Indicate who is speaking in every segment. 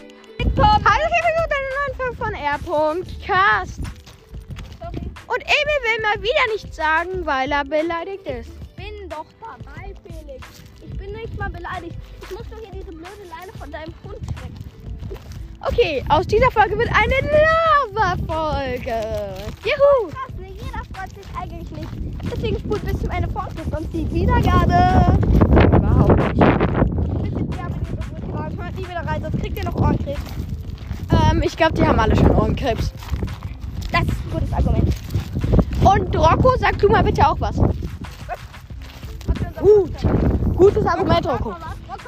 Speaker 1: Airpump. Hallo, herzlich willkommen zu einer neuen Folge von Airpump Cast.
Speaker 2: Sorry,
Speaker 1: Und Emil will mal wieder nichts sagen, weil er beleidigt ist.
Speaker 2: bin doch dabei, Felix. Ich bin nicht mal beleidigt. Ich muss doch hier diese blöde Leine von deinem Hund schmecken.
Speaker 1: Okay, aus dieser Folge wird eine Lava-Folge. Juhu!
Speaker 2: Krass, ne? Jeder freut sich eigentlich nicht. Deswegen spult bis zum Ende fort, sonst die Wiedergabe.
Speaker 1: Überhaupt nicht.
Speaker 2: Bitte die abonnieren, das wird gemacht. Hört nie wieder rein, sonst kriegt ihr noch Ohrenkrebs.
Speaker 1: Ähm, ich glaube, die haben alle schon Ohrenkrebs.
Speaker 2: Das ist ein gutes Argument.
Speaker 1: Und Rocco, sag du mal bitte auch was. Gut. Gutes Argument, Rocco.
Speaker 2: Gut.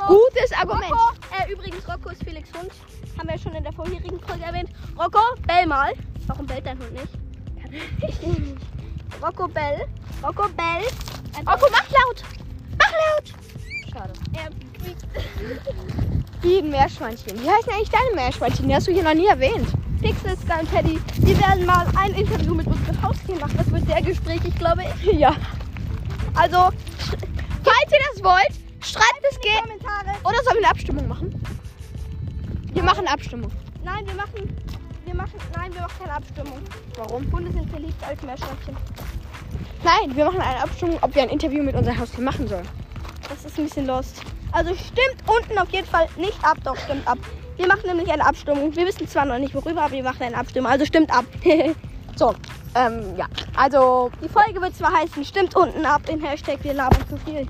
Speaker 1: Gutes Argument.
Speaker 2: Rocco, äh, übrigens, Rocco ist Felix Hund. Haben wir ja schon in der vorherigen Folge erwähnt. Rocco, bell mal. Warum bellt dein Hund nicht? Kann er nicht. Rocco, bell. Rocco, bell.
Speaker 1: Rocco, mach laut. Mach laut. Schade.
Speaker 2: er
Speaker 1: Die Meerschweinchen. Wie heißen eigentlich deine Meerschweinchen? Die hast du hier noch nie erwähnt.
Speaker 2: Pixel, Sky und Teddy. Wir werden mal ein Interview mit unserem Haustier machen. Das wird sehr gesprächig, glaube ich.
Speaker 1: Ja.
Speaker 2: Also,
Speaker 1: Falls ihr das wollt, schreibt es
Speaker 2: die
Speaker 1: gerne.
Speaker 2: Kommentare.
Speaker 1: Oder sollen wir eine Abstimmung machen? Wir machen eine Abstimmung.
Speaker 2: Nein, wir machen, wir machen, nein, wir machen keine Abstimmung.
Speaker 1: Warum?
Speaker 2: Hunde sind verliebt als Meerschweinchen.
Speaker 1: Nein, wir machen eine Abstimmung, ob wir ein Interview mit unserem Haustier machen sollen.
Speaker 2: Das ist ein bisschen lost. Also stimmt unten auf jeden Fall nicht ab, doch stimmt ab. Wir machen nämlich eine Abstimmung. Wir wissen zwar noch nicht worüber, aber wir machen eine Abstimmung. Also stimmt ab. Die
Speaker 1: So, ähm, ja. Also,
Speaker 2: Folge wird zwar heißen, stimmt unten ab, den Hashtag wir labern zu viel.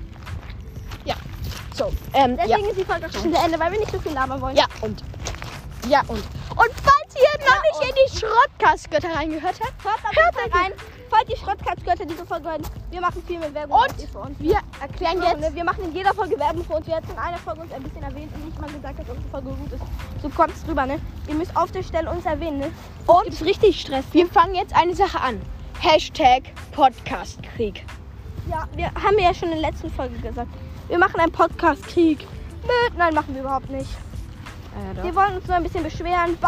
Speaker 1: so, ähm, ja.
Speaker 2: Deswegen ist die Folge auch schon zu Ende, weil wir nicht so viel labern wollen.
Speaker 1: Ja, und. Ja, und. Und falls ihr noch
Speaker 2: und.
Speaker 1: nicht in die Schrottkastgötter reingehört habt,
Speaker 2: Hört auf
Speaker 1: Hört
Speaker 2: jeden Fall rein. Folgt die Schrottkatzgötter diese Folge hören. Wir machen viel mit Werbung
Speaker 1: Und?
Speaker 2: auf die für uns.
Speaker 1: wir erklären
Speaker 2: So,
Speaker 1: jetzt.
Speaker 2: ne, wir machen in jeder Folge Werbung für uns. Wir hatten in einer Folge uns ein bisschen erwähnt und nicht mal gesagt, dass unsere Folge gut ist. So kommt's rüber, ne? Ihr müsst auf der Stelle uns erwähnen, ne?
Speaker 1: Und
Speaker 2: Gibt's richtig Stress.
Speaker 1: wir fangen jetzt eine Sache an. Hashtag Podcastkrieg.
Speaker 2: Ja, wir haben ja schon in der letzten Folge gesagt, wir machen einen Podcast-Krieg. Nö, Nein, machen wir überhaupt nicht. Wir wollen uns nur ein bisschen beschweren bei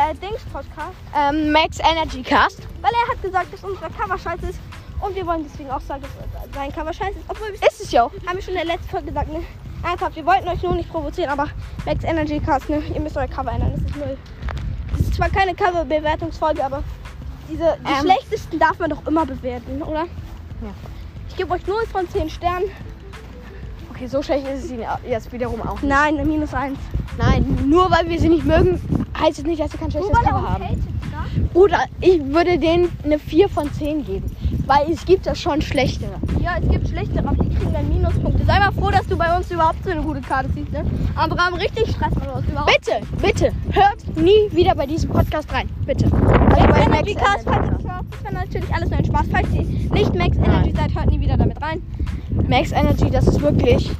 Speaker 2: äh, Dings Podcast,
Speaker 1: Ähm, Max Energy Cast.
Speaker 2: weil er hat gesagt, dass unser Cover scheiße ist und wir wollen deswegen auch sagen, dass sein Cover scheiße ist. Obwohl, wir
Speaker 1: Ist es ja auch.
Speaker 2: haben wir schon in der letzten Folge gesagt, ne? Ernsthaft, wir wollten euch nur nicht provozieren, aber Max Energy Cast, ne? Ihr müsst euer Cover ändern, das ist Müll. Das ist zwar keine Cover-Bewertungsfolge, aber diese, die
Speaker 1: Ähm.
Speaker 2: schlechtesten darf man doch immer bewerten, oder?
Speaker 1: Ja.
Speaker 2: Ich gebe euch 0 von 10 Sternen.
Speaker 1: Okay, so schlecht ist es ihnen au- jetzt wiederum auch. nicht.
Speaker 2: Nein, eine minus 1.
Speaker 1: Nein, nur weil wir sie nicht mögen, heißt es nicht, dass sie kein schlechtes Cover haben. Oder ich würde denen eine 4 von 10 geben. Weil es gibt ja schon schlechtere.
Speaker 2: Ja, es gibt schlechtere, aber die kriegen dann Minuspunkte. Sei mal froh, dass du bei uns überhaupt so eine gute Karte ziehst, ne? Aber wir haben richtig Stress mit uns überhaupt.
Speaker 1: Bitte, bitte, hört nie wieder bei diesem Podcast rein. Bitte. Also
Speaker 2: Max
Speaker 1: bei
Speaker 2: Energy
Speaker 1: Max
Speaker 2: Cast, falls ihr
Speaker 1: Energy
Speaker 2: das hört, das war natürlich alles nur ein Spaß. Falls ihr nicht Max Energy seid, hört nie wieder damit rein.
Speaker 1: Max Energy, das ist wirklich,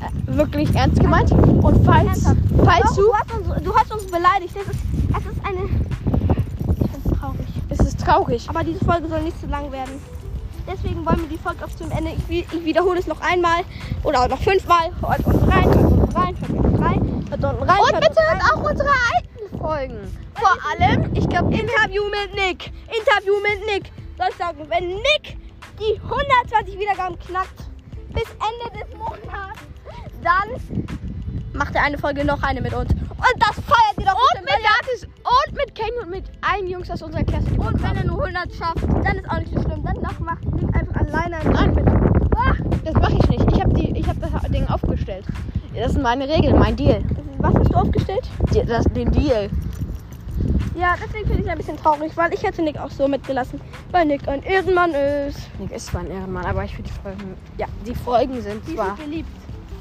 Speaker 1: äh, wirklich ernst gemeint. Und falls,
Speaker 2: Ernsthaft?
Speaker 1: falls
Speaker 2: Doch,
Speaker 1: du,
Speaker 2: du, hast uns, du hast uns beleidigt. Das ist, es ist eine... Ich find's traurig.
Speaker 1: es ist traurig.
Speaker 2: Aber diese Folge soll nicht zu lang werden. Deswegen wollen wir die Folge auf zum Ende. Ich, wi- ich wiederhole es noch einmal oder auch noch fünfmal. Hört unten rein, hört unten rein, hört unten rein, hört unten rein.
Speaker 1: Und
Speaker 2: hört
Speaker 1: bitte
Speaker 2: unten rein.
Speaker 1: hört auch unsere alten Folgen. Vor allem, ich glaube,
Speaker 2: Interview mit Nick. Interview mit Nick. Soll ich sagen, wenn Nick die 120 Wiedergaben knackt bis Ende des Monats, dann macht er eine Folge noch eine mit uns. Und das feiert ihr doch
Speaker 1: und
Speaker 2: bestimmt.
Speaker 1: mit Datis und mit Kenny und mit allen Jungs aus unserer Klasse. die
Speaker 2: Und
Speaker 1: Bock
Speaker 2: wenn
Speaker 1: haben.
Speaker 2: er nur 100 schafft, dann ist auch nicht so schlimm. Dann noch macht Nick einfach alleine eine
Speaker 1: Nein.
Speaker 2: Folge mit. Ah,
Speaker 1: Das mache ich nicht. Ich habe die, ich habe das Ding aufgestellt. Das sind meine Regeln, mein Deal.
Speaker 2: Was hast du aufgestellt?
Speaker 1: Die, das, den Deal.
Speaker 2: Ja, deswegen finde ich ein bisschen traurig, weil ich hätte Nick auch so mitgelassen, weil Nick ein Ehrenmann ist.
Speaker 1: Nick ist zwar ein Ehrenmann, aber ich finde die Folgen. Ja, die Folgen sind
Speaker 2: Die
Speaker 1: zwar.
Speaker 2: sind beliebt.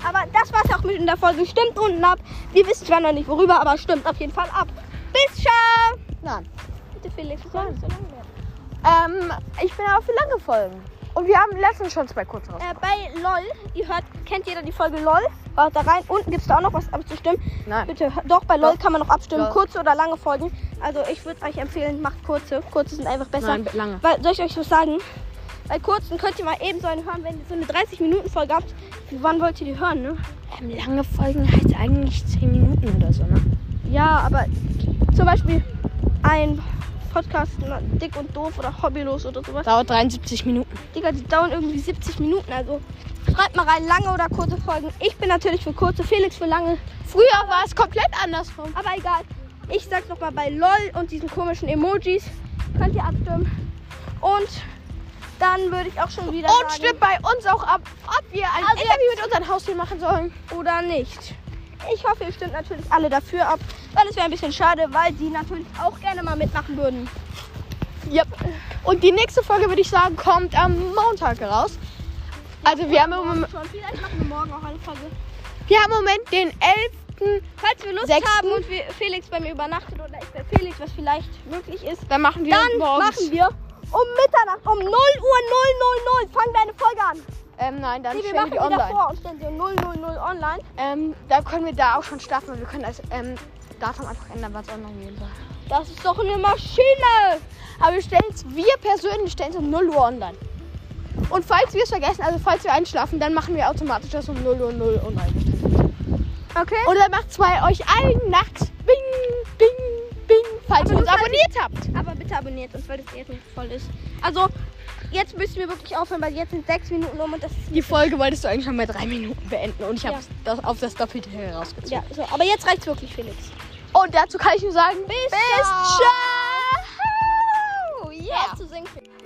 Speaker 2: Aber das war's auch mit in der Folge. Stimmt unten ab. Wir wissen zwar noch nicht worüber, aber stimmt auf jeden Fall ab. Bis ciao!
Speaker 1: Nein.
Speaker 2: Bitte Felix, das soll nicht so lang werden.
Speaker 1: Ähm, ich bin aber für lange Folgen. Und wir haben letztens schon zwei kurze raus.
Speaker 2: Äh, bei LOL, ihr hört, kennt jeder die Folge LOL? Hört da rein. Unten gibt's da auch noch was abzustimmen.
Speaker 1: Nein.
Speaker 2: Bitte, hört- doch, bei LOL
Speaker 1: Doch.
Speaker 2: kann man noch abstimmen.
Speaker 1: Doch.
Speaker 2: Kurze oder lange Folgen. Also ich würde euch empfehlen, macht kurze. Kurze sind einfach besser.
Speaker 1: Nein, lange.
Speaker 2: Weil, soll ich euch was sagen? Bei kurzen könnt ihr mal eben so eine hören, wenn ihr so eine 30-Minuten-Folge habt. Wann wollt ihr die hören, ne?
Speaker 1: Ähm, lange Folgen heißt eigentlich 10 Minuten oder so, ne?
Speaker 2: Ja, aber zum Beispiel ein Podcast na, dick und doof oder hobbylos oder sowas.
Speaker 1: Dauert 73 Minuten.
Speaker 2: Digga, die dauern irgendwie 70 Minuten. Also schreibt mal rein, lange oder kurze Folgen. Ich bin natürlich für kurze, Felix für lange.
Speaker 1: Früher war es komplett andersrum.
Speaker 2: Aber egal. Ich sag's nochmal bei LOL und diesen komischen Emojis. Könnt ihr abstimmen. Und dann würde ich auch schon wieder.
Speaker 1: Und
Speaker 2: sagen,
Speaker 1: stimmt bei uns auch ab, ob wir ein
Speaker 2: Also
Speaker 1: Interview mit unseren Haustieren machen sollen.
Speaker 2: oder nicht. Ich hoffe, ihr stimmt natürlich alle dafür ab, weil es wäre ein bisschen schade, weil die natürlich auch gerne mal mitmachen würden.
Speaker 1: Yep. Und die nächste Folge, würde ich sagen, kommt am Montag raus. Also wir haben im
Speaker 2: Morgen
Speaker 1: Moment,
Speaker 2: schon. Vielleicht machen wir morgen auch eine Folge.
Speaker 1: wir haben im Moment den 11.
Speaker 2: Falls wir Lust
Speaker 1: Sechsten.
Speaker 2: haben und wir Felix bei mir übernachtet oder ich bei Felix, was vielleicht möglich ist,
Speaker 1: Dann machen wir
Speaker 2: dann
Speaker 1: morgens.
Speaker 2: machen wir um Mitternacht, um 0 Uhr 000 fangen wir eine Folge an.
Speaker 1: Ähm, nein, dann
Speaker 2: Die wir
Speaker 1: stellen
Speaker 2: machen
Speaker 1: wir
Speaker 2: die
Speaker 1: online.
Speaker 2: davor und stellen sie um 000 online.
Speaker 1: Ähm, da können wir da auch schon starten und wir können das ähm, Datum einfach ändern, was online gehen soll.
Speaker 2: Das ist doch eine Maschine.
Speaker 1: Aber wir stellen es, wir persönlich stellen es um 0 Uhr online. Und falls wir es vergessen, also falls wir einschlafen, dann machen wir automatisch das um 0 Uhr 0 online. gestellt wird.
Speaker 2: Okay.
Speaker 1: Und dann macht zwei euch allen nachts bing, bing, bing, falls ihr uns
Speaker 2: Aber nur falls-
Speaker 1: abonniert habt.
Speaker 2: Aber bitte abonniert uns, weil das Erdnuss voll ist. Also, jetzt müssen wir wirklich aufhören, weil jetzt sind sechs Minuten um und das ist.
Speaker 1: Die Folge wolltest du eigentlich schon bei drei Minuten beenden und ich habe
Speaker 2: Ja.
Speaker 1: das auf das Doppelte herausgezogen.
Speaker 2: Ja, so. Aber jetzt reicht's wirklich, Felix.
Speaker 1: Und dazu kann ich nur sagen, bis,
Speaker 2: ciao.
Speaker 1: ciao.
Speaker 2: Oh, yeah. Zu singen.